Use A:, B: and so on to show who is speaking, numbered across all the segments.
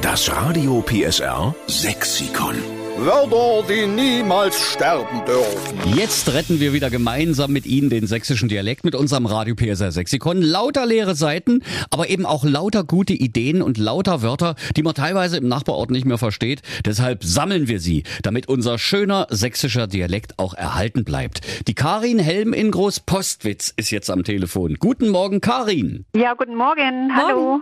A: Das Radio PSR Sexikon.
B: Wörter, die niemals sterben dürfen.
C: Jetzt retten wir wieder gemeinsam mit Ihnen den sächsischen Dialekt mit unserem Radio PSR Sexikon. Lauter leere Seiten, aber eben auch lauter gute Ideen und lauter Wörter, die man teilweise im Nachbarort nicht mehr versteht. Deshalb sammeln wir sie, damit unser schöner sächsischer Dialekt auch erhalten bleibt. Die Karin Helm in Großpostwitz ist jetzt am Telefon. Guten Morgen, Karin.
D: Ja, guten Morgen. Hallo.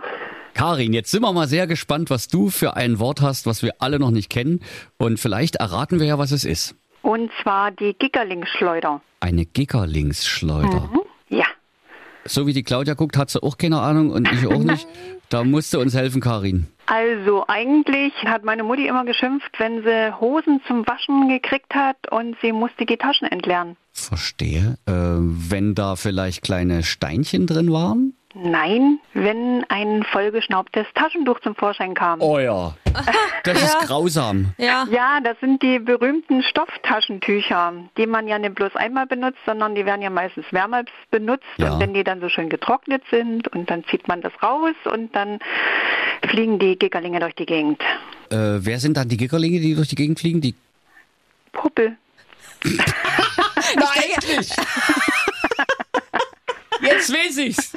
C: Karin, jetzt sind wir mal sehr gespannt, was du für ein Wort hast, was wir alle noch nicht kennen. Und vielleicht erraten wir ja, was es ist.
D: Und zwar die Gickerlingsschleuder.
C: Eine Gickerlingsschleuder.
D: Ja.
C: So wie die Claudia guckt, hat sie auch keine Ahnung und ich auch nicht. Da musst du uns helfen, Karin.
D: Also eigentlich hat meine Mutti immer geschimpft, wenn sie Hosen zum Waschen gekriegt hat und sie musste die Taschen entleeren.
C: Verstehe. Äh, wenn da vielleicht kleine Steinchen drin waren?
D: Nein, wenn ein vollgeschnaubtes Taschentuch zum Vorschein kam.
C: Oh ja. Das ist grausam.
E: Ja,
D: Ja, das sind die berühmten Stofftaschentücher, die man ja nicht bloß einmal benutzt, sondern die werden ja meistens mehrmals benutzt.
C: Ja.
D: Und wenn die dann so schön getrocknet sind und dann zieht man das raus und dann fliegen die Gickerlinge durch die Gegend.
C: Äh, wer sind dann die Gickerlinge, die durch die Gegend fliegen? Die
D: Puppe.
C: Nein! Jetzt weiß ich's.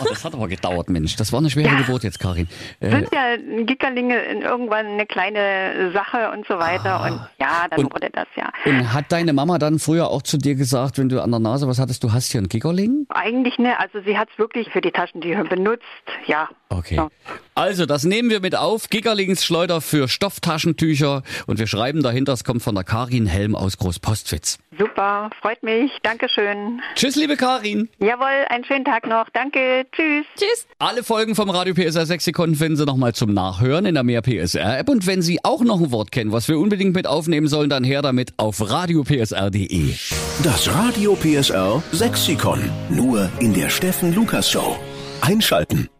C: Oh, das hat aber gedauert, Mensch. Das war eine schwere Geburt jetzt, Karin. Äh,
D: Sind ja Gickerlinge in irgendwann eine kleine Sache und so weiter. Und ja, dann
C: Ah. Und-
D: wurde das ja.
C: und hat deine Mama dann früher auch zu dir gesagt, wenn du an der Nase was hattest, du hast hier einen Gickerling?
D: Eigentlich ne, also sie hat es wirklich für die Taschentücher benutzt, ja.
C: Okay.
D: Ja.
C: Also, das nehmen wir mit auf. Gickerlingsschleuder für Stofftaschentücher. Und wir schreiben dahinter, es kommt von der Karin Helm aus Großpostwitz.
D: Super, freut mich, Dankeschön.
C: Tschüss, liebe Karin.
D: Jawohl, einen schönen Tag noch, danke, tschüss.
E: tschüss.
C: Alle Folgen vom Radio PSR 6 Sekunden finden Sie nochmal zum Nachhören in der Mehr PSR App. Und wenn Sie auch noch ein Wort kennen, was wir unbedingt mit aufnehmen sollen, dann her damit auf radiopsr.de.
A: Das Radio PSR Sexikon. Nur in der Steffen Lukas Show. Einschalten.